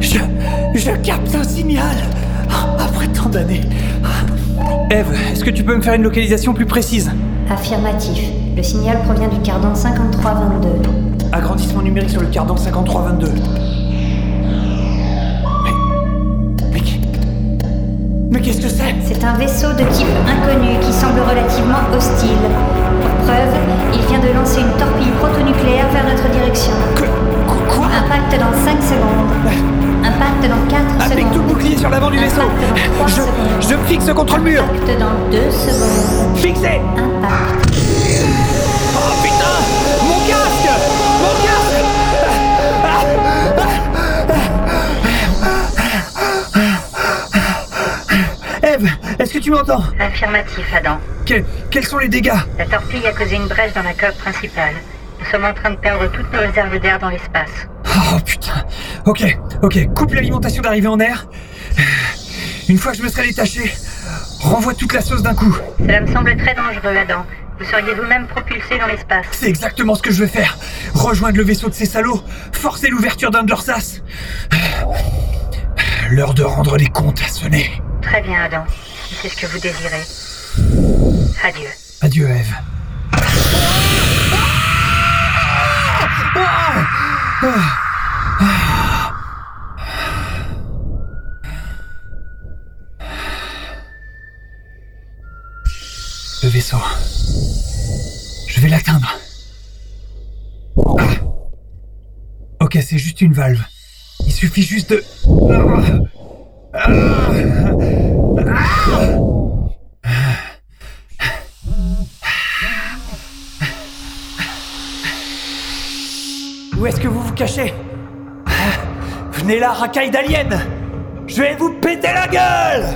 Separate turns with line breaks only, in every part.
Je. Je capte un signal Après tant d'années. Eve, est-ce que tu peux me faire une localisation plus précise
Affirmatif. Le signal provient du cardan 5322.
Agrandissement numérique sur le cardan 5322. Mais. Mais, mais qu'est-ce que c'est
C'est un vaisseau de type inconnu qui semble relativement hostile. Pour preuve, il vient de lancer une torpille protonucléaire vers notre direction.
Que. qu- Quoi
Impact dans 5 secondes. Impact dans 4 secondes.
Avec tout le bouclier sur l'avant du vaisseau
Impact dans 3
Je. Je
secondes.
me fixe contre le mur
Impact dans 2 secondes.
Fixé
Impact.
Oh putain Mon casque Mon casque Eve, est-ce que tu m'entends
Affirmatif, Adam.
Que- Quels sont les dégâts
La torpille a causé une brèche dans la coque principale. Nous sommes en train de perdre toutes nos réserves d'air dans l'espace.
Oh putain Ok, ok, coupe l'alimentation d'arrivée en air. Une fois que je me serai détaché, renvoie toute la sauce d'un coup.
Cela me semble très dangereux, Adam. Vous seriez vous-même propulsé dans l'espace.
C'est exactement ce que je vais faire. Rejoindre le vaisseau de ces salauds, forcer l'ouverture d'un de leurs sas. L'heure de rendre les comptes a sonné.
Très bien, Adam. Si c'est ce que vous désirez. Adieu.
Adieu, Eve. Le vaisseau. Je vais l'atteindre. Ah. Ok, c'est juste une valve. Il suffit juste de... Ah. Ah. Où est-ce que vous vous cachez Hein Venez là, racaille d'alien Je vais vous péter la gueule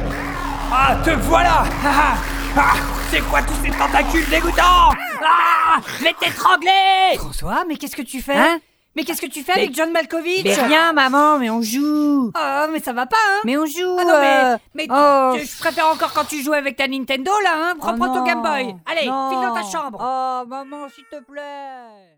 Ah, te voilà Ah, ah, C'est quoi tous ces tentacules dégoûtants ah, Je vais t'étrangler
François, mais qu'est-ce que tu fais
Hein
Mais qu'est-ce que tu fais
Mais-
avec John Malkovich
Mais rien, maman, mais on joue.
Oh, mais ça va pas, hein
Mais on joue.
Ah non, mais,
euh,
mais tu-
oh.
tu- je préfère encore quand tu joues avec ta Nintendo, là, hein Prends,
Oh
prends ton
non,
Game Boy Allez, file dans ta
non.
chambre
Oh, maman, s'il te plaît.